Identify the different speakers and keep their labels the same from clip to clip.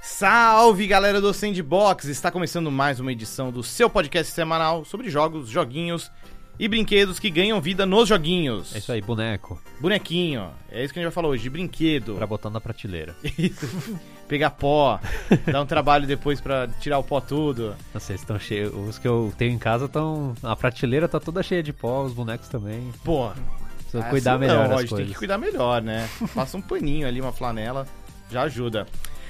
Speaker 1: Salve galera do Sandbox! Está começando mais uma edição do seu podcast semanal sobre jogos, joguinhos e brinquedos que ganham vida nos joguinhos.
Speaker 2: É isso aí, boneco.
Speaker 1: Bonequinho, é isso que a gente vai falar hoje, de brinquedo.
Speaker 2: Pra botar na prateleira.
Speaker 1: Isso. Pegar pó, dar um trabalho depois pra tirar o pó tudo.
Speaker 2: Não sei, estão cheios. Os que eu tenho em casa estão. A prateleira tá toda cheia de pó, os bonecos também.
Speaker 1: Pô,
Speaker 2: Precisa
Speaker 1: assim
Speaker 2: cuidar melhor
Speaker 1: não,
Speaker 2: das
Speaker 1: Roger, tem
Speaker 2: coisas.
Speaker 1: que cuidar melhor, né? Passa um paninho ali, uma flanela, já ajuda.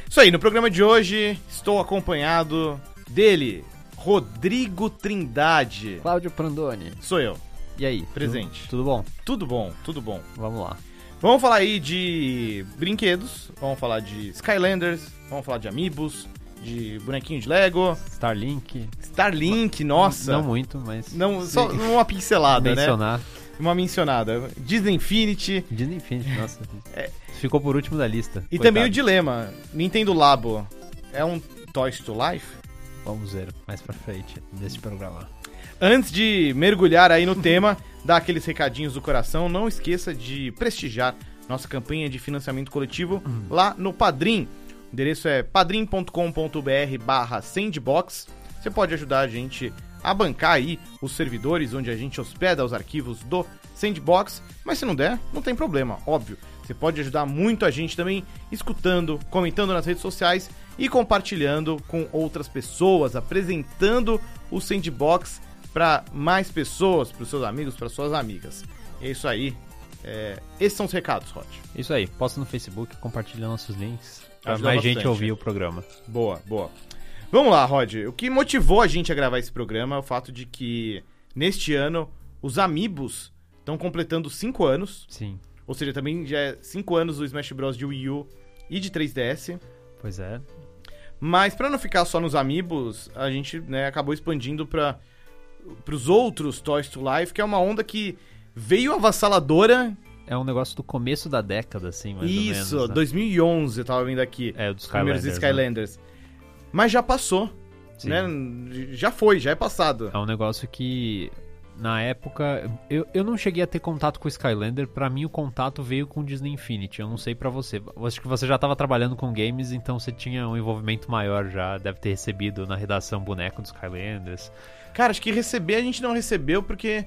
Speaker 1: Isso aí, no programa de hoje estou acompanhado dele, Rodrigo Trindade.
Speaker 2: Cláudio Prandoni.
Speaker 1: Sou eu.
Speaker 2: E aí?
Speaker 1: Presente.
Speaker 2: tu- Tudo, bom?
Speaker 1: Tudo bom, tudo bom.
Speaker 2: Vamos lá.
Speaker 1: Vamos falar aí de brinquedos, vamos falar de Skylanders, vamos falar de Amiibos, de bonequinho de Lego,
Speaker 2: Starlink.
Speaker 1: Starlink, nossa.
Speaker 2: Não muito, mas.
Speaker 1: Não,
Speaker 2: se
Speaker 1: só uma pincelada, né?
Speaker 2: mencionar.
Speaker 1: Uma mencionada. Disney Infinity
Speaker 2: Disney Infinity, nossa. Ficou por último da lista.
Speaker 1: É. e também o dilema. Nintendo Labo é um Toys to Life?
Speaker 2: Vamos ver mais pra frente nesse programa.
Speaker 1: Antes de mergulhar aí no tema, dar aqueles recadinhos do coração, não esqueça de prestigiar nossa campanha de financiamento coletivo lá no Padrim. O endereço é padrim.com.br barra sandbox. Você pode ajudar a gente a bancar aí os servidores onde a gente hospeda os arquivos do Sandbox, mas se não der, não tem problema, óbvio. Você pode ajudar muito a gente também escutando, comentando nas redes sociais e compartilhando com outras pessoas, apresentando o Sandbox para mais pessoas, para os seus amigos, para suas amigas. É isso aí. É, esses são os recados, Rod.
Speaker 2: Isso aí, posta no Facebook, compartilha nossos links. Pra
Speaker 1: Ajuda
Speaker 2: mais gente
Speaker 1: bastante.
Speaker 2: ouvir o programa.
Speaker 1: Boa, boa. Vamos lá, Rod. O que motivou a gente a gravar esse programa é o fato de que, neste ano, os Amiibos estão completando 5 anos.
Speaker 2: Sim.
Speaker 1: Ou seja, também já é 5 anos do Smash Bros. de Wii U e de 3DS.
Speaker 2: Pois é.
Speaker 1: Mas pra não ficar só nos Amiibos, a gente né, acabou expandindo para os outros Toys to Life, que é uma onda que veio avassaladora.
Speaker 2: É um negócio do começo da década, assim, mais ou menos.
Speaker 1: Isso,
Speaker 2: né?
Speaker 1: 2011 eu tava vendo aqui.
Speaker 2: É, o dos
Speaker 1: primeiros
Speaker 2: Skylanders.
Speaker 1: Skylanders. Mas já passou,
Speaker 2: Né?
Speaker 1: né?
Speaker 2: Sim.
Speaker 1: Já foi, já é passado.
Speaker 2: É um negócio que, na época, eu, eu não cheguei a ter contato com o Skylander. Pra mim, o contato veio com o Disney Infinity. Eu não sei pra você. Eu Acho que você já tava trabalhando com games, então você tinha um envolvimento maior já. Deve ter recebido na redação boneco dos Skylanders.
Speaker 1: Cara, acho que receber a gente não recebeu porque.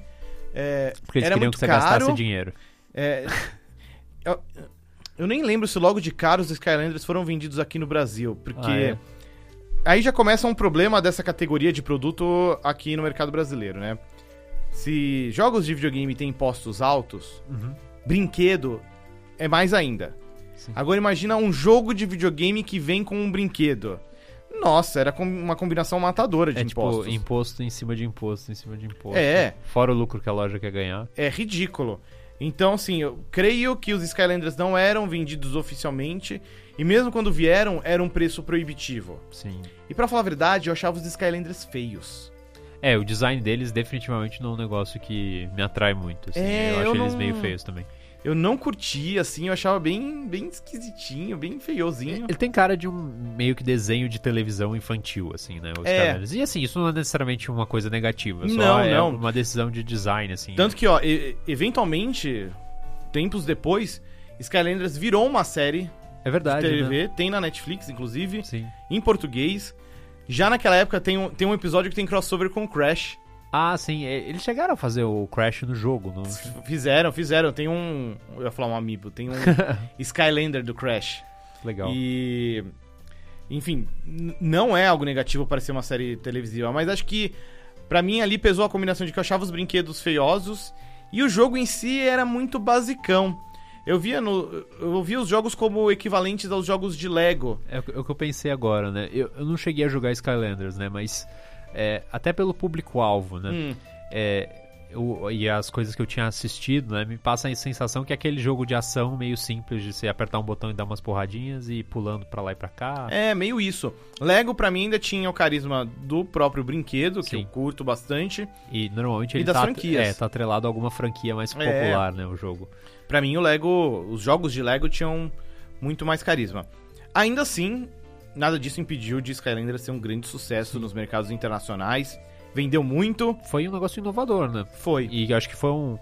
Speaker 1: É,
Speaker 2: Porque eles
Speaker 1: Era
Speaker 2: queriam
Speaker 1: muito
Speaker 2: que você
Speaker 1: caro.
Speaker 2: gastasse dinheiro.
Speaker 1: é, eu, eu nem lembro se logo de cara os Skylanders foram vendidos aqui no Brasil, porque.
Speaker 2: Ah, é?
Speaker 1: Aí já começa um problema dessa categoria de produto aqui no mercado brasileiro, né? Se jogos de videogame têm impostos altos,
Speaker 2: Uhum.
Speaker 1: brinquedo é mais ainda.
Speaker 2: Sim.
Speaker 1: Agora imagina um jogo de videogame que vem com um brinquedo. Nossa, era com- uma combinação matadora de
Speaker 2: É
Speaker 1: impostos.
Speaker 2: tipo, imposto em cima de imposto, em cima de imposto.
Speaker 1: É.
Speaker 2: Fora o lucro que a loja quer ganhar.
Speaker 1: é ridículo. Então, assim, eu creio que os Skylanders não eram vendidos oficialmente, e mesmo quando vieram, era um preço proibitivo.
Speaker 2: Sim.
Speaker 1: E pra falar a verdade, eu achava os Skylanders feios.
Speaker 2: É, o design deles definitivamente não é um negócio que me atrai muito. Assim.
Speaker 1: É,
Speaker 2: eu acho
Speaker 1: eu
Speaker 2: eles
Speaker 1: não-
Speaker 2: meio feios também.
Speaker 1: Eu não curtia, assim, eu achava bem, bem esquisitinho, bem feiozinho.
Speaker 2: Ele tem cara de um meio que desenho de televisão infantil, assim, né? Os
Speaker 1: É.
Speaker 2: Skylanders. E assim, isso não é necessariamente uma coisa negativa. Só
Speaker 1: Não,
Speaker 2: é
Speaker 1: não.
Speaker 2: uma decisão de design, assim.
Speaker 1: Tanto que, ó, e- eventualmente, tempos depois, Skylanders virou uma série
Speaker 2: é
Speaker 1: de
Speaker 2: verdade. né?
Speaker 1: TV, tem na Netflix, inclusive,
Speaker 2: Sim.
Speaker 1: em português. Já naquela época tem um, tem um episódio que tem crossover com Crash.
Speaker 2: Ah, sim. é, Eles chegaram a fazer o Crash no jogo, não?
Speaker 1: Fizeram, fizeram. Tem um. Eu ia falar um amiibo, tem um Skylander do Crash.
Speaker 2: Legal.
Speaker 1: E. Enfim, n- não é algo negativo para ser uma série televisiva, mas acho que pra mim ali pesou a combinação de que eu achava os brinquedos feiosos e o jogo em si era muito basicão. Eu via, no, eu via os jogos como equivalentes aos jogos de Lego.
Speaker 2: É o que- é o que eu pensei agora, né? Eu, eu não cheguei a jogar Skylanders, né? Mas é, até pelo público-alvo, né?
Speaker 1: Hum,
Speaker 2: É, eu- e as coisas que eu tinha assistido, né? Me passa a sensação que é aquele jogo de ação meio simples de você apertar um botão e dar umas porradinhas e ir pulando pra lá e pra cá.
Speaker 1: É, meio isso. Lego pra mim ainda tinha o carisma do próprio brinquedo, que
Speaker 2: Sim.
Speaker 1: eu curto bastante.
Speaker 2: E normalmente
Speaker 1: E
Speaker 2: ele
Speaker 1: das
Speaker 2: tá,
Speaker 1: franquias. É.
Speaker 2: é, tá atrelado a alguma franquia mais popular, né? O jogo.
Speaker 1: Pra mim, o Lego, os jogos de Lego tinham muito mais carisma. Ainda assim, nada disso impediu de Skylander ser um grande sucesso nos mercados internacionais. Vendeu muito,
Speaker 2: Foi um negócio inovador, né?
Speaker 1: foi.
Speaker 2: E eu acho que foi um.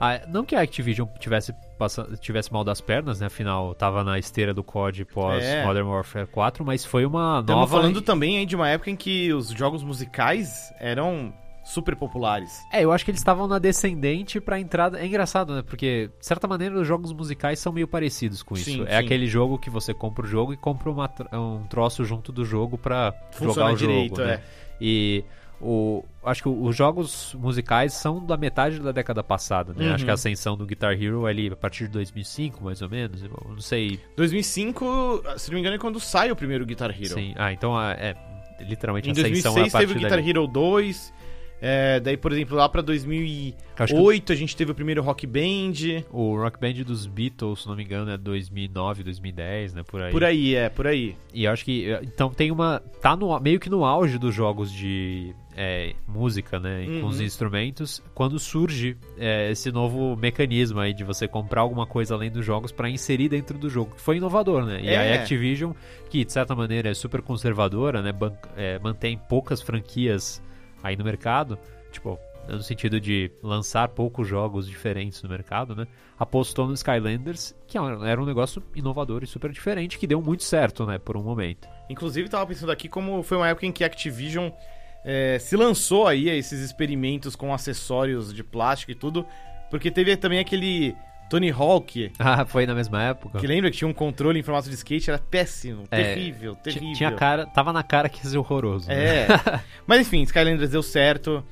Speaker 2: ah, não que a Activision tivesse passa- tivesse mal das pernas, né? Afinal, tava na esteira do COD pós
Speaker 1: É.
Speaker 2: Modern Warfare 4, mas foi uma
Speaker 1: Estamos
Speaker 2: nova.
Speaker 1: falando também hein, de uma época em que os jogos musicais eram super populares.
Speaker 2: É, eu acho que eles estavam na descendente pra entrada. É engraçado, né? Porque, de certa maneira, os jogos musicais são meio parecidos com isso.
Speaker 1: Sim,
Speaker 2: é
Speaker 1: sim.
Speaker 2: aquele jogo que você compra o jogo e compra uma tr- um troço junto do jogo pra
Speaker 1: Funciona
Speaker 2: jogar o
Speaker 1: direito,
Speaker 2: jogo, né?
Speaker 1: é.
Speaker 2: E o, acho que o- os jogos musicais são da metade da década passada, né?
Speaker 1: Uhum.
Speaker 2: Acho que a ascensão do Guitar Hero é ali a partir de 2005, mais ou menos. Eu não sei.
Speaker 1: 2005, se não me engano, é quando sai o primeiro Guitar Hero.
Speaker 2: Sim. Ah, então a- é literalmente
Speaker 1: Em
Speaker 2: a ascensão
Speaker 1: 2006
Speaker 2: é a partir
Speaker 1: teve o Guitar
Speaker 2: dali.
Speaker 1: Hero 2. é, daí, por exemplo, lá pra 2008
Speaker 2: Acho que
Speaker 1: a gente teve o primeiro Rock Band.
Speaker 2: o Rock Band dos Beatles, se não me engano, é 2009, 2010, né? Por aí.
Speaker 1: Por aí, é, por aí.
Speaker 2: E eu acho que. eh, Então tem uma. Tá no, meio que no auge dos jogos de eh, música, né? Com os
Speaker 1: Uhum.
Speaker 2: instrumentos, quando surge eh, esse novo mecanismo aí de você comprar alguma coisa além dos jogos pra inserir dentro do jogo. Que foi inovador, né? E
Speaker 1: É.
Speaker 2: a Activision, que de certa maneira é super conservadora, né? ban- eh, mantém poucas franquias aí no mercado. Tipo. No sentido de lançar poucos jogos diferentes no mercado, né? apostou no Skylanders, que era um negócio inovador e super diferente, que deu muito certo, né, por um momento.
Speaker 1: Inclusive, tava pensando aqui como foi uma época em que a Activision é, se lançou aí a esses experimentos com acessórios de plástico e tudo. Porque teve também aquele Tony Hawk,
Speaker 2: Ah, foi na mesma época.
Speaker 1: que lembra que tinha um controle em formato de skate, era péssimo,
Speaker 2: É,
Speaker 1: terrível,
Speaker 2: Ti-
Speaker 1: terrível.
Speaker 2: Tinha cara, tava na cara que ia ser horroroso. né?
Speaker 1: É. Mas enfim, Skylanders deu certo.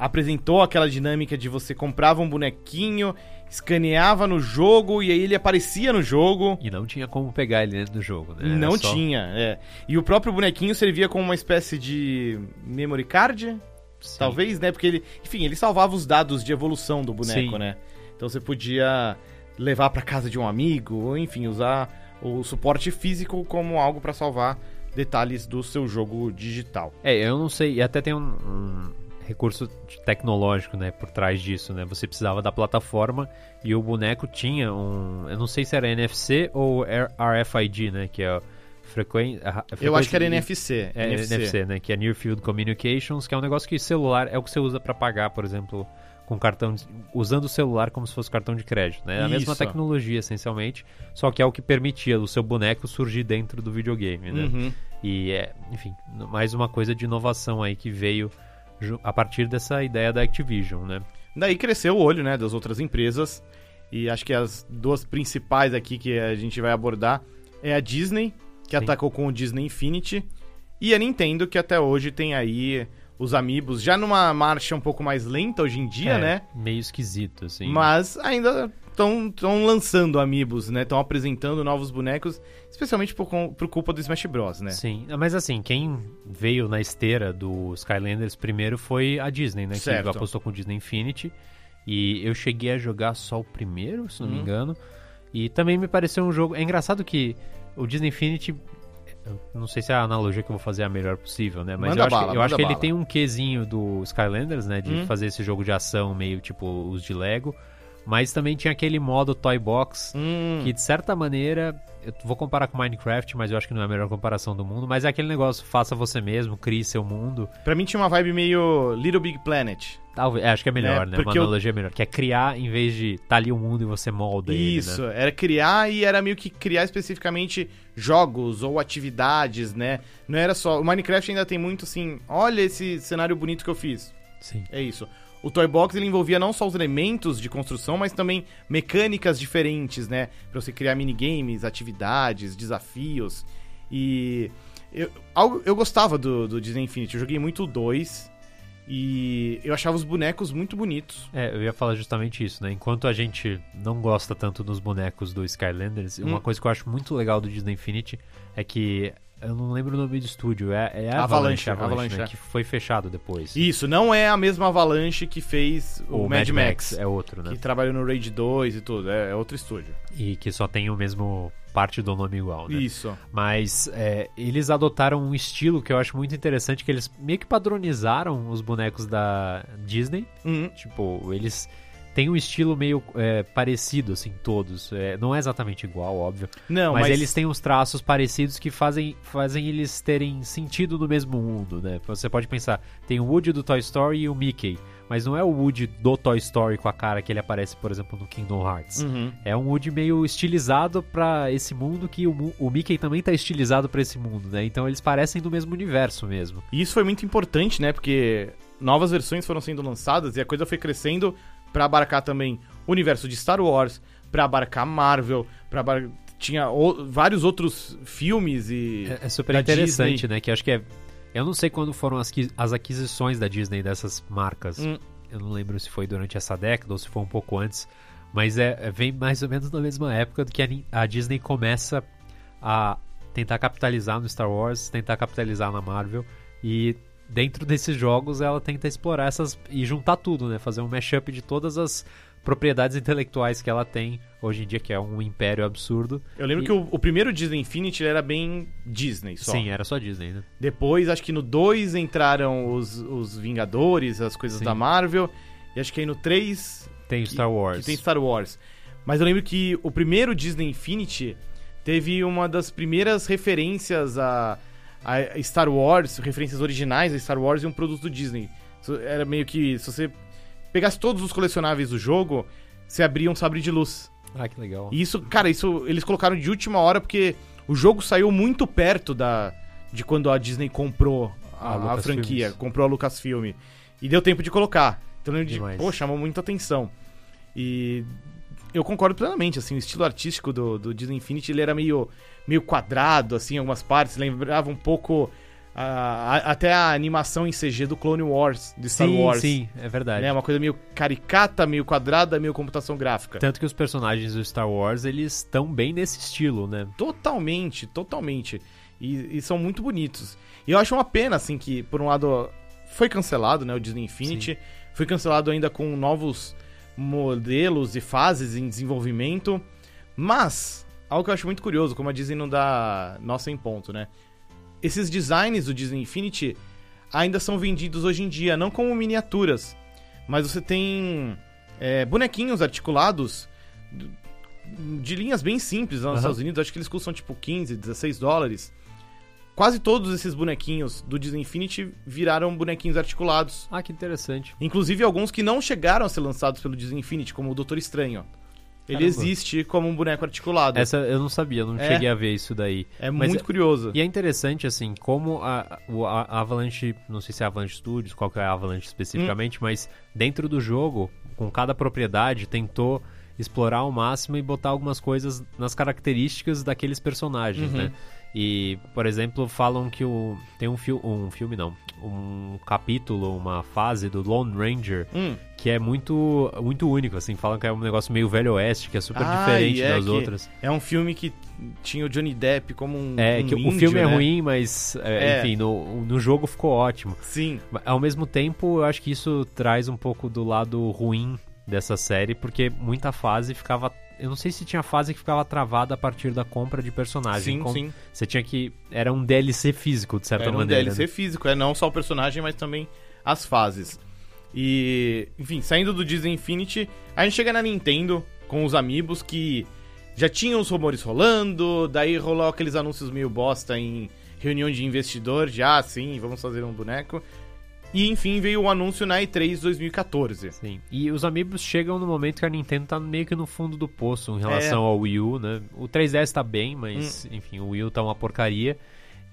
Speaker 1: Apresentou aquela dinâmica de você comprava um bonequinho, escaneava no jogo e aí ele aparecia no jogo.
Speaker 2: E não tinha como pegar ele dentro do jogo, né? Era
Speaker 1: Não
Speaker 2: só-
Speaker 1: tinha, é. E o próprio bonequinho servia como uma espécie de memory card,
Speaker 2: Sim.
Speaker 1: talvez, né? Porque ele, enfim, ele salvava os dados de evolução do boneco,
Speaker 2: Sim.
Speaker 1: né? Então você podia levar pra casa de um amigo, ou enfim, usar o suporte físico como algo pra salvar detalhes do seu jogo digital.
Speaker 2: É, eu não sei, e até tem um, um recurso de- tecnológico, né, por trás disso, né? Você precisava da plataforma e o boneco tinha um, eu não sei se era NFC ou R- RFID, né, que é frequência
Speaker 1: Eu acho que era NFC.
Speaker 2: É, NFC. né? Que é Near Field Communications, que é um negócio que celular é o que você usa pra pagar, por exemplo, com cartão, de- usando o celular como se fosse cartão de crédito, né? É a mesma
Speaker 1: Isso.
Speaker 2: tecnologia, essencialmente, só que é o que permitia o seu boneco surgir dentro do videogame, né?
Speaker 1: Uhum.
Speaker 2: E é, enfim, n- mais uma coisa de inovação aí que veio ju- a partir dessa ideia da Activision, né?
Speaker 1: Daí cresceu o olho, né, das outras empresas. E acho que as duas principais aqui que a gente vai abordar é a Disney, que
Speaker 2: Sim.
Speaker 1: atacou com o Disney Infinity, e a Nintendo, que até hoje tem aí os Amiibos, já numa marcha um pouco mais lenta hoje em dia,
Speaker 2: É,
Speaker 1: né?
Speaker 2: Meio esquisito, assim.
Speaker 1: Mas ainda estão lançando Amiibos, né? Estão apresentando novos bonecos, especialmente por, con- por culpa do Smash Bros, né?
Speaker 2: Sim, mas assim, quem veio na esteira do Skylanders primeiro foi a Disney, né?
Speaker 1: Certo.
Speaker 2: Que apostou com o Disney Infinity. E eu cheguei a jogar só o primeiro, se não me
Speaker 1: Hum.
Speaker 2: engano. E também me pareceu um jogo. É engraçado que o Disney Infinity. eu Não sei se a analogia que eu vou fazer é a melhor possível, né? Mas
Speaker 1: Manda
Speaker 2: eu acho,
Speaker 1: bala,
Speaker 2: que, eu acho
Speaker 1: manda
Speaker 2: que ele
Speaker 1: bala.
Speaker 2: tem um quesinho do Skylanders, né? De
Speaker 1: Hum.
Speaker 2: fazer esse jogo de ação meio tipo os de Lego. Mas também tinha aquele modo Toy Box,
Speaker 1: Hum,
Speaker 2: que de certa maneira, eu vou comparar com Minecraft, mas eu acho que não é a melhor comparação do mundo, mas é aquele negócio, faça você mesmo, crie seu mundo.
Speaker 1: Pra mim tinha uma vibe meio Little Big Planet.
Speaker 2: Talvez, é, acho que é melhor,
Speaker 1: É,
Speaker 2: né? Uma
Speaker 1: porque eu-
Speaker 2: analogia melhor, que é criar em vez de tá ali o mundo e você molda
Speaker 1: Isso,
Speaker 2: ele, né?
Speaker 1: era criar e era meio que criar especificamente jogos ou atividades, né? Não era só. O Minecraft ainda tem muito assim: olha esse cenário bonito que eu fiz.
Speaker 2: Sim.
Speaker 1: É isso. O Toy Box ele envolvia não só os elementos de construção, mas também mecânicas diferentes, né? Pra você criar minigames, atividades, desafios. E. Eu, algo- eu gostava do, do Disney Infinity, eu joguei muito o 2 e eu achava os bonecos muito bonitos.
Speaker 2: É, eu ia falar justamente isso, né? Enquanto a gente não gosta tanto dos bonecos do Skylanders, uma
Speaker 1: Hum.
Speaker 2: coisa que eu acho muito legal do Disney Infinity é que eu não lembro o nome do estúdio, é, é
Speaker 1: Avalanche,
Speaker 2: Avalanche, Avalanche, né?
Speaker 1: Avalanche, é.
Speaker 2: que foi fechado depois.
Speaker 1: Isso, não é a mesma avalanche que fez o, Mad, Max.
Speaker 2: é outro, né?
Speaker 1: Que trabalhou no Raid 2 e tudo, é, é outro estúdio.
Speaker 2: E que só tem o mesmo parte do nome igual, né?
Speaker 1: Isso.
Speaker 2: Mas é, eles adotaram um estilo que eu acho muito interessante, que eles meio que padronizaram os bonecos da Disney.
Speaker 1: Uhum.
Speaker 2: Tipo, eles tem um estilo meio é, parecido, assim, todos. É, não é exatamente igual, óbvio.
Speaker 1: Não,
Speaker 2: mas,
Speaker 1: mas,
Speaker 2: eles têm uns traços parecidos que fazem, fazem eles terem sentido no mesmo mundo, né? Você pode pensar, tem o Woody do Toy Story e o Mickey. Mas não é o Woody do Toy Story com a cara que ele aparece, por exemplo, no Kingdom Hearts.
Speaker 1: Uhum.
Speaker 2: É um Woody meio estilizado pra esse mundo que o, mu- o Mickey também tá estilizado pra esse mundo, né? Então eles parecem do mesmo universo mesmo.
Speaker 1: E isso foi muito importante, né? Porque novas versões foram sendo lançadas e a coisa foi crescendo pra abarcar também o universo de Star Wars, pra abarcar Marvel, pra abar... tinha o- vários outros filmes e
Speaker 2: É, é super
Speaker 1: da
Speaker 2: interessante,
Speaker 1: Disney.
Speaker 2: né? Que acho que é. Eu não sei quando foram as, qui- as aquisições da Disney dessas marcas.
Speaker 1: Hum.
Speaker 2: Eu não lembro se foi durante essa década ou se foi um pouco antes. Mas é, é- vem mais ou menos na mesma época do que a, Nin- a Disney começa a tentar capitalizar no Star Wars, tentar capitalizar na Marvel. E dentro desses jogos ela tenta explorar essas. e juntar tudo, né? Fazer um mashup de todas as propriedades intelectuais que ela tem hoje em dia, que é um império absurdo.
Speaker 1: Eu lembro
Speaker 2: E-
Speaker 1: que o, o primeiro Disney Infinity ele era bem Disney só.
Speaker 2: Sim, era só Disney, né?
Speaker 1: Depois, acho que no 2 entraram os, os Vingadores, as coisas
Speaker 2: Sim.
Speaker 1: da Marvel. E acho que aí no 3
Speaker 2: Tem
Speaker 1: Que-
Speaker 2: Star Wars.
Speaker 1: que tem Star Wars. Mas eu lembro que o primeiro Disney Infinity teve uma das primeiras referências a, a Star Wars, referências originais a Star Wars e um produto do Disney. Isso Era meio que se você pegasse todos os colecionáveis do jogo, você abria um sabre de luz.
Speaker 2: Ah, que legal.
Speaker 1: E isso, cara, isso eles colocaram de última hora porque o jogo saiu muito perto da de quando a Disney comprou
Speaker 2: A
Speaker 1: a, a
Speaker 2: Lucasfilmes.
Speaker 1: franquia, comprou a Lucasfilm. E deu tempo de colocar. Então eu lembro de,
Speaker 2: Demais.
Speaker 1: pô, chamou muita atenção. E eu concordo plenamente, assim, o estilo artístico do, do Disney Infinity, ele era meio, meio quadrado, assim, em algumas partes, lembrava um pouco a- a- até a animação em CG do Clone Wars, de Star
Speaker 2: sim,
Speaker 1: Wars.
Speaker 2: sim, é verdade.
Speaker 1: Né? Uma coisa meio caricata, meio quadrada, meio computação gráfica.
Speaker 2: Tanto que os personagens do Star Wars, eles estão bem nesse estilo, né?
Speaker 1: Totalmente, totalmente. E, e são muito bonitos. E eu acho uma pena, assim, que, por um lado, foi cancelado, né? O Disney Infinity. Foi cancelado ainda com novos modelos e fases em desenvolvimento. Mas, algo que eu acho muito curioso, como a Disney não dá nossa em ponto, né? Esses designs do Disney Infinity ainda são vendidos hoje em dia, não como miniaturas, mas você tem é, bonequinhos articulados d- de linhas bem simples lá nos
Speaker 2: Aham.
Speaker 1: Estados Unidos. Acho que eles custam tipo 15, 16 dólares. Quase todos esses bonequinhos do Disney Infinity viraram bonequinhos articulados.
Speaker 2: Ah, que interessante.
Speaker 1: Inclusive alguns que não chegaram a ser lançados pelo Disney Infinity, como o Doutor Estranho. Ele
Speaker 2: Caramba.
Speaker 1: existe como um boneco articulado.
Speaker 2: Essa eu não sabia, não
Speaker 1: É.
Speaker 2: cheguei a ver isso daí.
Speaker 1: É
Speaker 2: Mas
Speaker 1: muito
Speaker 2: é-
Speaker 1: curioso.
Speaker 2: E é interessante, assim, como a, o- a- a Avalanche, não sei se é a Avalanche Studios, qual que é a Avalanche
Speaker 1: Hum.
Speaker 2: especificamente, mas dentro do jogo, com cada propriedade, tentou explorar ao máximo e botar algumas coisas nas características daqueles personagens,
Speaker 1: Uhum.
Speaker 2: né? E, por exemplo, falam que o, tem um, fil, um filme, não, um capítulo, uma fase do Lone Ranger,
Speaker 1: Hum.
Speaker 2: que é muito, muito único, assim, falam que é um negócio meio velho oeste, que é super
Speaker 1: Ah,
Speaker 2: diferente
Speaker 1: e é
Speaker 2: das
Speaker 1: que-
Speaker 2: outras.
Speaker 1: É um filme que tinha o Johnny Depp como um.
Speaker 2: É,
Speaker 1: um
Speaker 2: que o
Speaker 1: índio,
Speaker 2: filme é
Speaker 1: né?
Speaker 2: ruim, mas, é,
Speaker 1: É.
Speaker 2: enfim, no, no jogo ficou ótimo.
Speaker 1: Sim.
Speaker 2: Mas, Ao mesmo tempo, eu acho que isso traz um pouco do lado ruim dessa série, porque muita fase ficava. Eu não sei se tinha fase que ficava travada a partir da compra de personagem.
Speaker 1: sim,
Speaker 2: Com-
Speaker 1: sim.
Speaker 2: Você tinha que. Era um DLC físico, de certa
Speaker 1: Era um
Speaker 2: maneira. né?
Speaker 1: DLC físico, é não só o personagem, mas também as fases. E, enfim, saindo do Disney Infinity, a gente chega na Nintendo com os amigos que já tinham os rumores rolando, daí rolou aqueles anúncios meio bosta em reunião de investidor, de ah, sim, vamos fazer um boneco. E enfim veio o anúncio na E3 2014.
Speaker 2: Sim. E os amigos chegam no momento que a Nintendo tá meio que no fundo do poço
Speaker 1: É.
Speaker 2: em relação ao Wii U, né? O 3DS tá bem, mas
Speaker 1: Hum.
Speaker 2: enfim, o Wii U tá uma porcaria.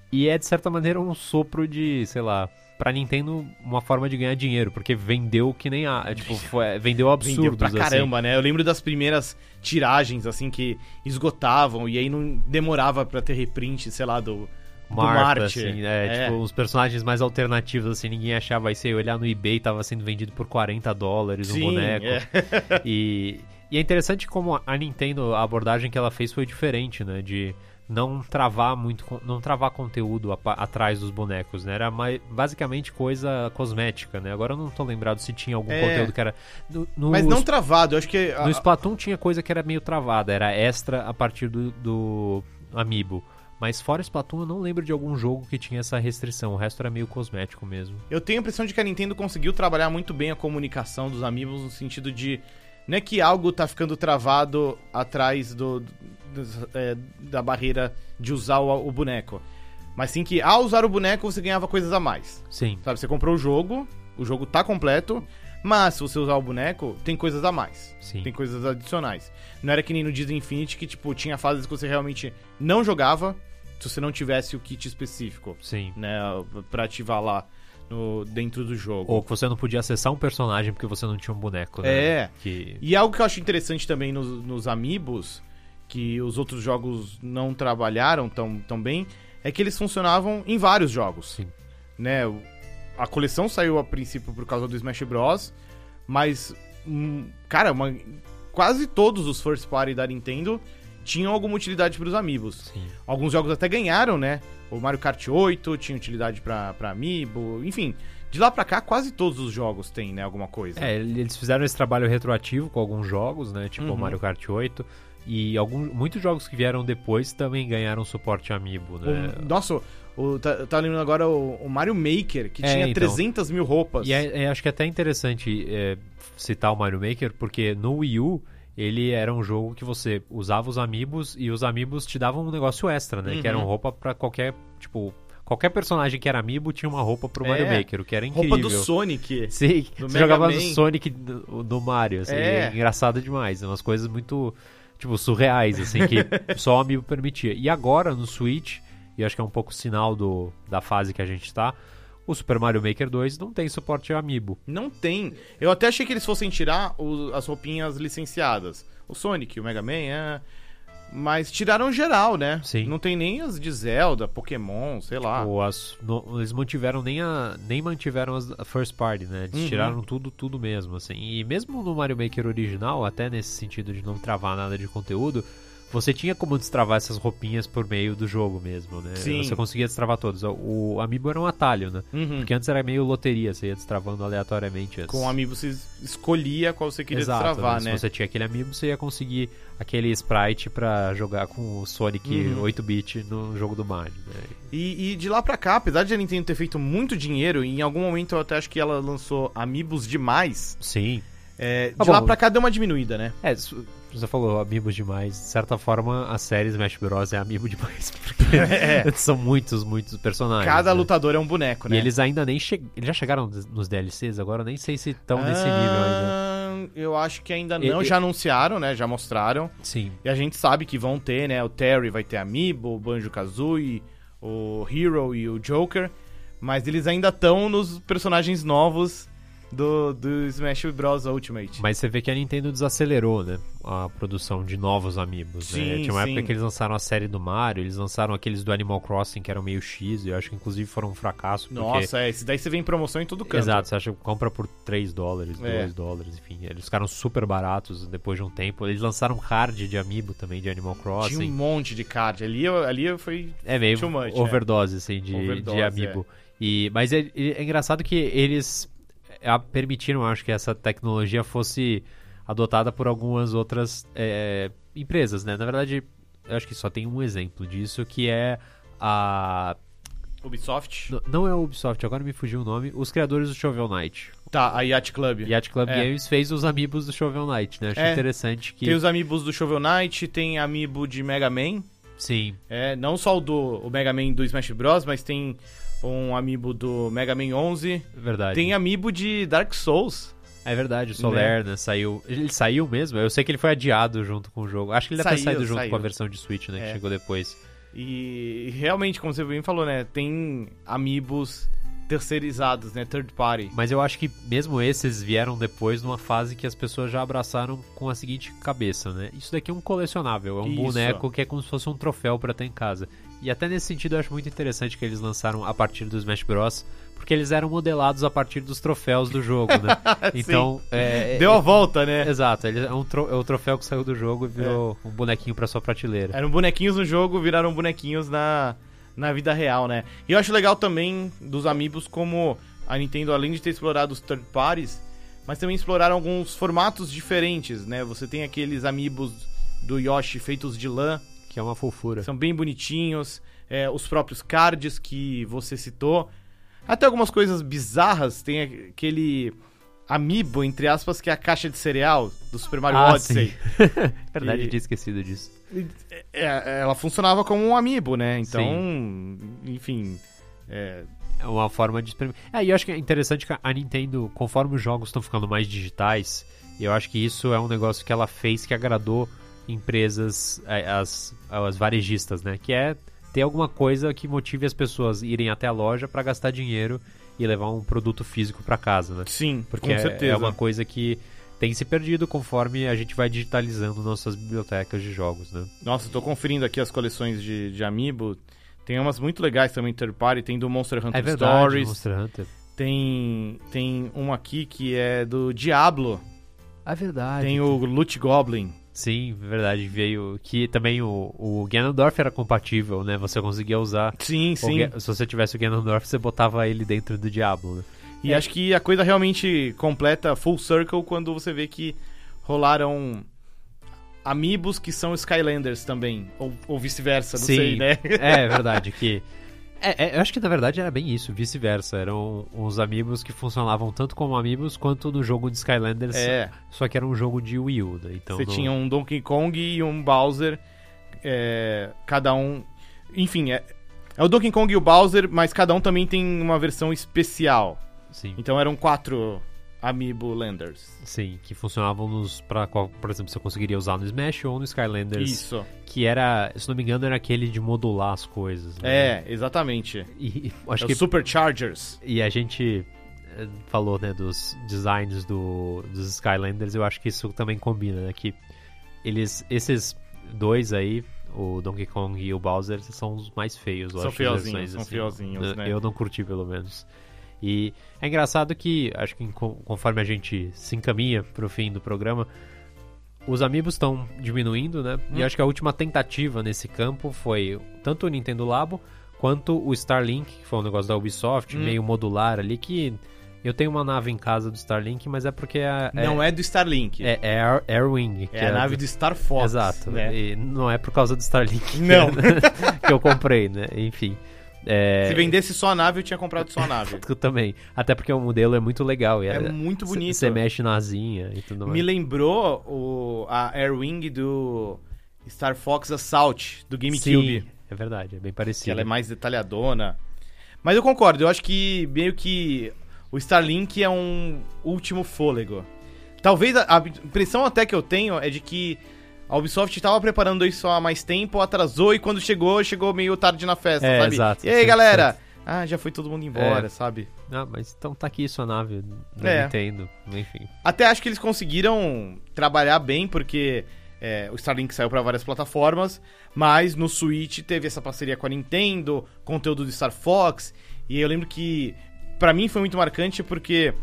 Speaker 2: E é de certa maneira um sopro de, sei lá, pra Nintendo uma forma de ganhar dinheiro, porque vendeu que nem a, é, tipo, foi- vendeu absurdos
Speaker 1: Vendeu pra
Speaker 2: assim.
Speaker 1: caramba, né? Eu lembro das primeiras tiragens, assim, que esgotavam e aí não demorava pra ter reprint, sei lá, do, do
Speaker 2: Marta,
Speaker 1: Marte.
Speaker 2: assim,
Speaker 1: É.
Speaker 2: né? Tipo, os personagens mais alternativos, assim, ninguém achava. Aí você ia olhar no eBay, tava sendo vendido por 40 dólares um
Speaker 1: Sim,
Speaker 2: boneco.
Speaker 1: é.
Speaker 2: E, e é interessante como a Nintendo, a abordagem que ela fez foi diferente, né? De não travar muito, con- não travar conteúdo apa- atrás dos bonecos, né? Era mai- basicamente coisa cosmética, né? Agora eu não tô lembrado se tinha algum
Speaker 1: É.
Speaker 2: conteúdo que era... No, no
Speaker 1: Mas não travado, eu acho que. ah, a-
Speaker 2: no Splatoon tinha coisa que era meio travada, era extra a partir do, do Amiibo. Mas fora Splatoon, eu não lembro de algum jogo que tinha essa restrição. O resto era meio cosmético mesmo.
Speaker 1: Eu tenho a impressão de que a Nintendo conseguiu trabalhar muito bem a comunicação dos amigos no sentido de Não é que algo tá ficando travado atrás do, do- é, da barreira de usar o, o boneco. Mas sim que ao usar o boneco você ganhava coisas a mais.
Speaker 2: Sim.
Speaker 1: Sabe, você comprou o jogo, o jogo tá completo, mas se você usar o boneco, tem coisas a mais.
Speaker 2: Sim.
Speaker 1: Tem coisas adicionais. Não era que nem no Disney Infinity que, tipo, tinha fases que você realmente não jogava se você não tivesse o kit específico,
Speaker 2: Sim.
Speaker 1: né? Pra ativar lá no, dentro do jogo.
Speaker 2: Ou que você não podia acessar um personagem porque você não tinha um boneco, né?
Speaker 1: É.
Speaker 2: Que...
Speaker 1: E algo que eu acho interessante também nos, nos Amiibos, que os outros jogos não trabalharam tão, tão bem, é que eles funcionavam em vários jogos.
Speaker 2: Sim.
Speaker 1: Né? O- A coleção saiu a princípio por causa do Smash Bros, mas, hum, cara, uma- quase todos os first party da Nintendo tinham alguma utilidade para os Amiibos.
Speaker 2: Sim.
Speaker 1: Alguns jogos até ganharam, né? O Mario Kart 8 tinha utilidade pra, pra Amiibo, enfim. De lá pra cá, quase todos os jogos têm, né, alguma coisa.
Speaker 2: É, eles fizeram esse trabalho retroativo com alguns jogos, né? Tipo
Speaker 1: Uhum.
Speaker 2: Mario Kart 8. E algum, muitos jogos que vieram depois também ganharam suporte amiibo, né?
Speaker 1: O- nossa, o, tá, eu tava lembrando agora o, o Mario Maker, que
Speaker 2: É,
Speaker 1: tinha
Speaker 2: então.
Speaker 1: 300 mil roupas.
Speaker 2: E é- é, acho que é até interessante é, citar o Mario Maker, porque no Wii U ele era um jogo que você usava os amiibos e os amiibos te davam um negócio extra, né? Que
Speaker 1: Uhum.
Speaker 2: eram roupa pra qualquer, tipo, qualquer personagem que era amiibo tinha uma roupa pro
Speaker 1: É.
Speaker 2: Mario Maker, o que era incrível.
Speaker 1: roupa do Sonic.
Speaker 2: Sim,
Speaker 1: Do Mega
Speaker 2: você jogava no
Speaker 1: Man.
Speaker 2: Sonic do, do Mario, assim,
Speaker 1: É.
Speaker 2: é. engraçado demais, umas coisas muito, tipo, surreais, assim, que só o amigo permitia. E agora, no Switch, e acho que é um pouco sinal do, da fase que a gente tá, o Super Mario Maker 2 não tem suporte a amiibo.
Speaker 1: Não tem. Eu até achei que eles fossem tirar o- as roupinhas licenciadas. O Sonic, o Mega Man, é... Mas tiraram geral, né?
Speaker 2: Sim. Tipo,
Speaker 1: Não tem nem as de Zelda, Pokémon, sei lá.
Speaker 2: Ou as- não- eles mantiveram nem a, nem mantiveram as, a first party, né? Eles
Speaker 1: Uhum.
Speaker 2: tiraram tudo, tudo mesmo, assim. E mesmo no Mario Maker original, até nesse sentido de não travar nada de conteúdo, você tinha como destravar essas roupinhas por meio do jogo mesmo, né?
Speaker 1: Sim.
Speaker 2: Você conseguia destravar todos. O, o Amiibo era um atalho, né?
Speaker 1: Uhum.
Speaker 2: Porque antes era meio loteria, você ia destravando aleatoriamente as...
Speaker 1: Com o amigo você escolhia qual você queria
Speaker 2: Exato,
Speaker 1: destravar,
Speaker 2: Se
Speaker 1: né?
Speaker 2: você tinha aquele amiibo, você ia conseguir aquele sprite pra jogar com o Sonic
Speaker 1: Uhum.
Speaker 2: 8-bit no jogo do Mario, né?
Speaker 1: E, e de lá pra cá, apesar de a Nintendo ter feito muito dinheiro, e em algum momento eu até acho que ela lançou Amiibos demais,
Speaker 2: Sim,
Speaker 1: é, de
Speaker 2: Tá
Speaker 1: lá
Speaker 2: bom.
Speaker 1: pra cá deu uma diminuída, né?
Speaker 2: É, su- você falou amigos demais. De certa forma, a série Smash Bros. é amigo demais, porque
Speaker 1: É.
Speaker 2: são muitos, muitos personagens.
Speaker 1: Cada
Speaker 2: né?
Speaker 1: lutador é um boneco, né?
Speaker 2: E eles ainda nem che... eles já chegaram des- nos DLCs agora, eu nem sei se estão nesse nível ainda.
Speaker 1: Ah, Eu acho que ainda
Speaker 2: E-
Speaker 1: não.
Speaker 2: e-
Speaker 1: Já anunciaram, né? Já mostraram.
Speaker 2: Sim.
Speaker 1: E a gente sabe que vão ter, né? O Terry vai ter Amiibo, o Banjo-Kazooie, o Hero e o Joker. Mas eles ainda estão nos personagens novos do, do Smash Bros. Ultimate.
Speaker 2: Mas você vê que a Nintendo desacelerou, né? A produção de novos amigos. né?
Speaker 1: Sim,
Speaker 2: Tinha uma
Speaker 1: sim.
Speaker 2: época que eles lançaram a série do Mario, eles lançaram aqueles do Animal Crossing que eram meio X, e eu acho que inclusive foram um fracasso. Porque...
Speaker 1: Nossa, é, esse daí você vê em promoção em todo canto.
Speaker 2: Exato, você acha que compra por 3 dólares,
Speaker 1: É.
Speaker 2: 2 dólares, enfim. Eles ficaram super baratos depois de um tempo. Eles lançaram hard de amiibo também, de Animal
Speaker 1: Tinha um
Speaker 2: Crossing.
Speaker 1: monte de card. Ali, eu- ali eu fui.
Speaker 2: É meio
Speaker 1: too much,
Speaker 2: overdose, assim, de,
Speaker 1: Overdose,
Speaker 2: de amiibo. E, mas é, é engraçado que eles é, permitiram, acho que essa tecnologia fosse adotada por algumas outras é, empresas, né? Na verdade, eu acho que só tem um exemplo disso, que é a...
Speaker 1: Ubisoft.
Speaker 2: n- Não é a Ubisoft, agora me fugiu o nome. Os criadores do Shovel Knight.
Speaker 1: Tá, a Yacht Club.
Speaker 2: Yacht Club
Speaker 1: É.
Speaker 2: Games fez os amigos do Shovel Knight, né? Achei
Speaker 1: É.
Speaker 2: interessante que.
Speaker 1: Tem os Amiibos do Shovel Knight, tem Amiibo de Mega Man.
Speaker 2: Sim,
Speaker 1: É, não só o do o Mega Man do Smash Bros, mas tem um amiibo do Mega Man 11.
Speaker 2: é verdade.
Speaker 1: Tem amiibo de Dark Souls.
Speaker 2: É verdade, o Soler, né? Saiu. Ele saiu mesmo? Eu sei que ele foi adiado junto com o jogo. Acho que ele deve ter
Speaker 1: Saiu,
Speaker 2: saído junto
Speaker 1: saiu.
Speaker 2: com a versão de Switch, né?
Speaker 1: É.
Speaker 2: Que chegou depois.
Speaker 1: E realmente, como você bem falou, né? Tem amiibos terceirizados, né? Third party.
Speaker 2: Mas eu acho que mesmo esses vieram depois numa fase que as pessoas já abraçaram com a seguinte cabeça, né? Isso daqui é um colecionável, é um
Speaker 1: Isso.
Speaker 2: boneco que é como se fosse um troféu pra ter em casa. E até nesse sentido eu acho muito interessante que eles lançaram a partir do Smash Bros. Porque eles eram modelados a partir dos troféus do jogo, né? então, é,
Speaker 1: Deu a volta, né?
Speaker 2: Exato, ele é, um tro- é o troféu que saiu do jogo e virou
Speaker 1: É.
Speaker 2: um bonequinho pra sua prateleira.
Speaker 1: Eram bonequinhos no jogo, viraram bonequinhos na, na vida real, né? E eu acho legal também dos amigos como a Nintendo, além de ter explorado os third parties, mas também exploraram alguns formatos diferentes, né? Você tem aqueles amigos do Yoshi feitos de lã,
Speaker 2: Que é uma fofura.
Speaker 1: são bem bonitinhos, é, os próprios cards que você citou. Até algumas coisas bizarras, tem aquele Amiibo, entre aspas, que é a caixa de cereal do Super Mario
Speaker 2: Ah,
Speaker 1: Odyssey.
Speaker 2: sim. Verdade,
Speaker 1: E-
Speaker 2: eu tinha esquecido disso.
Speaker 1: É, ela funcionava como um amiibo, né? Então, enfim. é,
Speaker 2: É uma forma de experimentar. É, e eu acho que é interessante que a Nintendo, conforme os jogos estão ficando mais digitais, eu acho que isso é um negócio que ela fez que agradou empresas, é, as, as varejistas, né? Que é ter alguma coisa que motive as pessoas irem até a loja pra gastar dinheiro e levar um produto físico pra casa, né?
Speaker 1: sim,
Speaker 2: Porque
Speaker 1: com
Speaker 2: é-
Speaker 1: certeza.
Speaker 2: é uma coisa que tem se perdido conforme a gente vai digitalizando nossas bibliotecas de jogos, né?
Speaker 1: Nossa, eu tô conferindo aqui as coleções de, de amiibo. Tem umas muito legais também, third party. Tem do Monster Hunter
Speaker 2: é verdade,
Speaker 1: Stories.
Speaker 2: Monster Hunter.
Speaker 1: Tem, tem um aqui que é do Diablo.
Speaker 2: É verdade.
Speaker 1: tem o Loot Goblin.
Speaker 2: Sim, verdade, veio que também o, o Ganondorf era compatível, né? Você conseguia usar.
Speaker 1: Sim,
Speaker 2: o
Speaker 1: sim.
Speaker 2: Ga- se você tivesse o Ganondorf, você botava ele dentro do Diablo, né?
Speaker 1: E acho que a coisa realmente completa full circle quando você vê que rolaram amigos que são Skylanders também. Ou, ou vice-versa, não
Speaker 2: Sim.
Speaker 1: sei, né?
Speaker 2: É verdade que. É, é, eu acho que na verdade era bem isso, vice-versa. Eram uns amigos que funcionavam tanto como amigos quanto no jogo de Skylanders,
Speaker 1: É,
Speaker 2: só que era um jogo de Wii U, né? Então,
Speaker 1: você
Speaker 2: não-
Speaker 1: tinha um Donkey Kong e um Bowser, é, cada um... Enfim, é, é o Donkey Kong e o Bowser, mas cada um também tem uma versão especial.
Speaker 2: Sim,
Speaker 1: Então eram quatro Amiibo Landers.
Speaker 2: sim, que funcionavam nos. Pra, qual- por exemplo, você conseguiria usar no Smash ou no Skylanders.
Speaker 1: Isso,
Speaker 2: Que era, se não me engano, era aquele de modular as coisas. né?
Speaker 1: é, exatamente.
Speaker 2: E, e acho
Speaker 1: é
Speaker 2: que
Speaker 1: o Superchargers.
Speaker 2: E a gente eh, falou, né, dos designs do, dos Skylanders, eu acho que isso também combina, né, que eles, esses dois aí, o Donkey Kong e o Bowser, são os mais feios,
Speaker 1: São
Speaker 2: eu acho, das
Speaker 1: feiozinhos,
Speaker 2: versões, assim.
Speaker 1: são feiozinhos,
Speaker 2: eu-
Speaker 1: né?
Speaker 2: Eu não curti, pelo menos. E é engraçado que, acho que em co- conforme a gente se encaminha pro fim do programa, os amigos estão diminuindo, né? E
Speaker 1: Hum.
Speaker 2: acho que a última tentativa nesse campo foi tanto o Nintendo Labo quanto o Starlink, que foi um negócio da Ubisoft,
Speaker 1: Hum.
Speaker 2: meio modular ali, que eu tenho uma nave em casa do Starlink, mas é porque é,
Speaker 1: Não é do Starlink.
Speaker 2: é, é Air- Airwing. que
Speaker 1: É a nave do Star Fox.
Speaker 2: Exato.
Speaker 1: né?
Speaker 2: E não é por causa do Starlink
Speaker 1: Não.
Speaker 2: que eu comprei, né? Enfim. É,
Speaker 1: Se vendesse só a nave, eu tinha comprado só a nave.
Speaker 2: eu também. Até porque o modelo é muito legal. E
Speaker 1: É muito bonito.
Speaker 2: Você mexe na asinha e tudo mais.
Speaker 1: Me lembrou o, a Airwing do Star Fox Assault, do GameCube.
Speaker 2: Sim, é verdade, é bem
Speaker 1: que
Speaker 2: parecido.
Speaker 1: ela é mais detalhadona. Mas eu concordo, eu acho que meio que o Starlink é um último fôlego. Talvez a, a impressão até que eu tenho é de que a Ubisoft estava preparando isso há mais tempo, atrasou e quando chegou, chegou meio tarde na festa,
Speaker 2: É,
Speaker 1: sabe?
Speaker 2: exato,
Speaker 1: e aí,
Speaker 2: sim,
Speaker 1: galera? Ah, já foi todo mundo embora,
Speaker 2: É.
Speaker 1: sabe?
Speaker 2: Ah, mas então tá aqui sua nave da
Speaker 1: É.
Speaker 2: Nintendo. Enfim.
Speaker 1: Até acho que eles conseguiram trabalhar bem, porque é, o Starlink saiu para várias plataformas, mas no Switch teve essa parceria com a Nintendo, conteúdo do Star Fox, e eu lembro que para mim foi muito marcante porque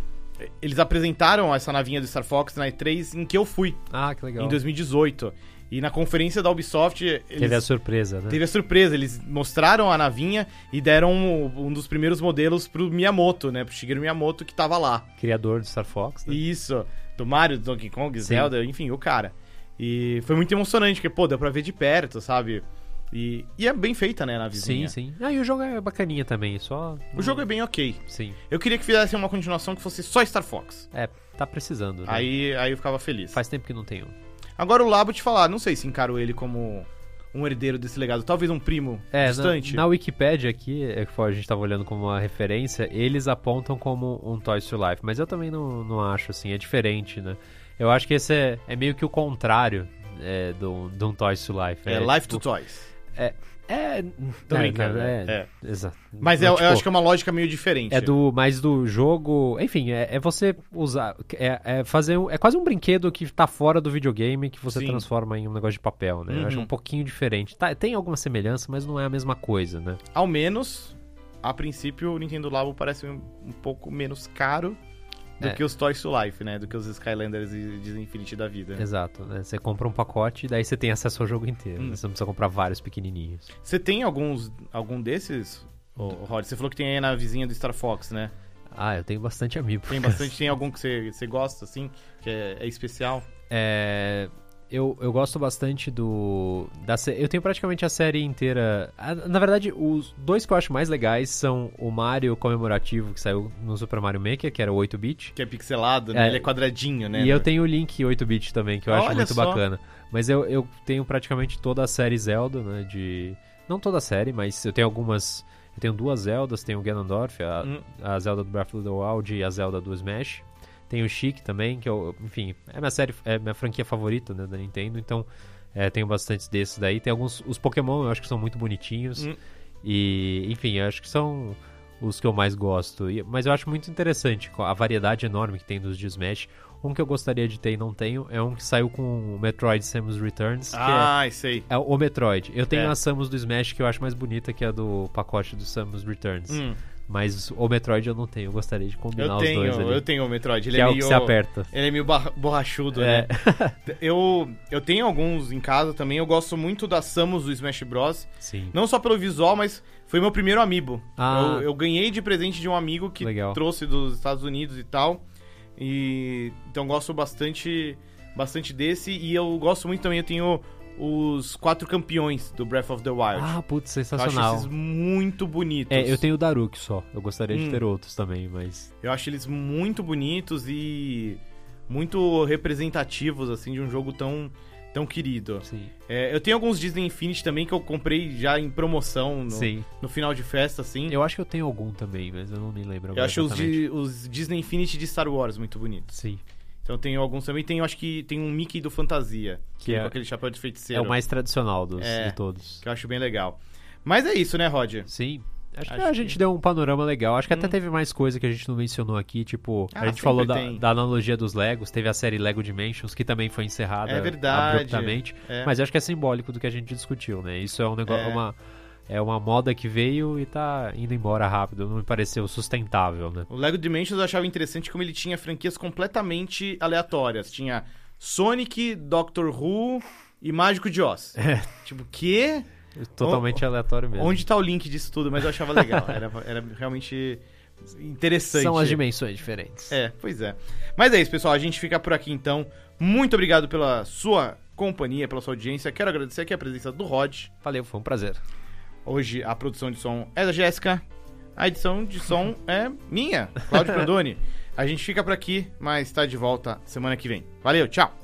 Speaker 1: eles apresentaram essa navinha do Star Fox na E3 em que eu fui,
Speaker 2: Ah, que legal.
Speaker 1: em 2018. E na conferência da Ubisoft, eles
Speaker 2: Teve a surpresa, né?
Speaker 1: Teve a surpresa, eles mostraram a navinha e deram um, um dos primeiros modelos pro Miyamoto, né? Pro Shigeru Miyamoto que tava lá.
Speaker 2: Criador do Star Fox, né?
Speaker 1: Isso, do Mario, do Donkey Kong,
Speaker 2: Sim.
Speaker 1: Zelda, enfim, o cara. E foi muito emocionante, porque, pô, deu pra ver de perto, sabe? E, e é bem feita, né, na
Speaker 2: Sim,
Speaker 1: vizinha.
Speaker 2: sim. Ah, e o jogo é bacaninha também, só...
Speaker 1: O jogo é bem ok.
Speaker 2: Sim.
Speaker 1: Eu queria que fizessem uma continuação que fosse só Star Fox.
Speaker 2: É, tá precisando, né?
Speaker 1: Aí, aí eu ficava feliz.
Speaker 2: Faz tempo que não tem um.
Speaker 1: Agora o Labo te falar, não sei se encaro ele como um herdeiro desse legado, talvez um primo
Speaker 2: É,
Speaker 1: distante.
Speaker 2: Na, na Wikipédia aqui, é que foi- a gente tava olhando como uma referência, eles apontam como um Toys to Life, mas eu também não, não acho, assim, é diferente, né? Eu acho que esse é, é meio que o contrário é, do, de um Toys to Life.
Speaker 1: É, Life to
Speaker 2: tipo-
Speaker 1: Toys.
Speaker 2: É,
Speaker 1: Tô brincando,
Speaker 2: é,
Speaker 1: é.
Speaker 2: Exato.
Speaker 1: Mas é- eu acho que é uma lógica meio diferente.
Speaker 2: tipo, É do, mais do jogo. Enfim, é, é você usar. É, é fazer um- é quase um brinquedo que tá fora do videogame que você
Speaker 1: Sim.
Speaker 2: transforma em um negócio de papel, né?
Speaker 1: Uhum.
Speaker 2: Eu acho um pouquinho diferente. Tá, tem alguma semelhança, mas não é a mesma coisa, né?
Speaker 1: Ao menos, a princípio, o Nintendo Labo parece um, um pouco menos caro do
Speaker 2: É.
Speaker 1: que os Toys to Life, né? Do que os Skylanders e Disinfinity da vida.
Speaker 2: Exato, né? Você compra um pacote e daí você tem acesso ao jogo inteiro.
Speaker 1: Hum.
Speaker 2: né? Você não precisa comprar vários pequenininhos.
Speaker 1: Você tem alguns algum desses, ô,
Speaker 2: Hum.
Speaker 1: Rod? Você falou que tem aí na vizinha do Star Fox, né?
Speaker 2: Ah, eu tenho bastante amigo.
Speaker 1: Tem bastante, tem algum que você, você gosta, assim, que é, é especial?
Speaker 2: É, eu, eu gosto bastante do. Da, sé- eu tenho praticamente a série inteira. Ah, Na verdade, os dois que eu acho mais legais são o Mario comemorativo que saiu no Super Mario Maker, que era o 8-bit.
Speaker 1: Que é pixelado, né?
Speaker 2: É.
Speaker 1: Ele é quadradinho, né?
Speaker 2: E eu
Speaker 1: No-
Speaker 2: tenho o Link 8-bit também, que eu acho
Speaker 1: Olha
Speaker 2: muito
Speaker 1: só.
Speaker 2: bacana. Mas eu, eu tenho praticamente toda a série Zelda, né? De. Não toda a série, mas eu tenho algumas. Eu tenho duas Zeldas, tenho o Ganondorf, a,
Speaker 1: Hum.
Speaker 2: a Zelda do Breath of the Wild e a Zelda do Smash. Tem o Chic também, que eu, enfim, é minha série, é minha franquia favorita né, da Nintendo, então é, tenho bastantes desses daí. Tem alguns. Os Pokémon eu acho que são muito bonitinhos.
Speaker 1: Hum.
Speaker 2: E, enfim, eu acho que são os que eu mais gosto. E- mas eu acho muito interessante co- a variedade enorme que tem dos de Smash. Um que eu gostaria de ter e não tenho é um que saiu com o Metroid Samus Returns, que é-
Speaker 1: Ah, isso aí.
Speaker 2: é, o Metroid. Eu tenho
Speaker 1: É.
Speaker 2: a Samus do Smash que eu acho mais bonita que a do pacote do Samus Returns.
Speaker 1: Hum,
Speaker 2: Mas o Metroid eu não tenho. Eu gostaria de combinar
Speaker 1: eu
Speaker 2: os
Speaker 1: tenho,
Speaker 2: dois ali.
Speaker 1: eu tenho o Metroid. Ele
Speaker 2: que é,
Speaker 1: é,
Speaker 2: o que
Speaker 1: meio,
Speaker 2: você aperta.
Speaker 1: Ele é meio barra- borrachudo,
Speaker 2: É.
Speaker 1: né? Eu, eu tenho alguns em casa também. Eu gosto muito da Samus do Smash Bros.
Speaker 2: Sim.
Speaker 1: Não só pelo visual, mas foi meu primeiro amiibo.
Speaker 2: Ah.
Speaker 1: Eu, eu ganhei de presente de um amigo que
Speaker 2: Legal.
Speaker 1: trouxe dos Estados Unidos e tal. E então gosto bastante bastante desse e eu gosto muito também eu tenho os quatro campeões do Breath of the Wild.
Speaker 2: Ah, putz,
Speaker 1: eu acho
Speaker 2: sensacional.
Speaker 1: esses muito bonitos.
Speaker 2: É, eu tenho o Daruk só. Eu gostaria de
Speaker 1: Hum.
Speaker 2: ter outros também, mas.
Speaker 1: Eu acho eles muito bonitos e muito representativos assim de um jogo tão tão querido.
Speaker 2: Sim.
Speaker 1: É, eu tenho alguns Disney Infinity também que eu comprei já em promoção no,
Speaker 2: Sim.
Speaker 1: no final de festa, assim.
Speaker 2: Eu acho que eu tenho algum também, mas eu não me lembro
Speaker 1: Eu
Speaker 2: agora.
Speaker 1: acho os,
Speaker 2: exatamente.
Speaker 1: di- os Disney Infinity de Star Wars muito bonitos.
Speaker 2: Sim.
Speaker 1: Então eu tenho alguns também. Tem, eu acho que tem um Mickey do Fantasia.
Speaker 2: Que
Speaker 1: Que, é
Speaker 2: é-
Speaker 1: com aquele chapéu de
Speaker 2: É
Speaker 1: feiticeiro.
Speaker 2: o mais tradicional dos,
Speaker 1: É.
Speaker 2: de todos.
Speaker 1: Que eu acho bem legal. Mas é isso, né, Rod?
Speaker 2: Sim. Acho que
Speaker 1: Acho
Speaker 2: a gente
Speaker 1: que-
Speaker 2: deu um panorama legal. Acho que até
Speaker 1: Hum.
Speaker 2: teve mais coisa que a gente não mencionou aqui. Tipo,
Speaker 1: Ah,
Speaker 2: a gente
Speaker 1: sempre
Speaker 2: falou da,
Speaker 1: tem.
Speaker 2: da analogia dos Legos. Teve a série Lego Dimensions, que também foi encerrada
Speaker 1: É verdade.
Speaker 2: abruptamente.
Speaker 1: É.
Speaker 2: Mas acho que é simbólico do que a gente discutiu, né? Isso é um negócio.
Speaker 1: É.
Speaker 2: Uma, é uma moda que veio e tá indo embora rápido. Não me pareceu sustentável, né?
Speaker 1: O Lego Dimensions eu achava interessante como ele tinha franquias completamente aleatórias. Tinha Sonic, Doctor Who e Mágico de Oz. Tipo, quê?
Speaker 2: Totalmente aleatório É. mesmo.
Speaker 1: Onde tá o link disso tudo? Mas eu achava legal. Era, era realmente interessante.
Speaker 2: São as dimensões diferentes.
Speaker 1: É, pois é. Mas é isso, pessoal. A gente fica por aqui então. Muito obrigado pela sua companhia, pela sua audiência. Quero agradecer aqui a presença do Rod.
Speaker 2: Valeu, foi um prazer.
Speaker 1: Hoje a produção de som é da Jéssica. A edição de som é minha, Cláudio Prandoni. A gente fica por aqui, mas tá de volta semana que vem. Valeu, tchau!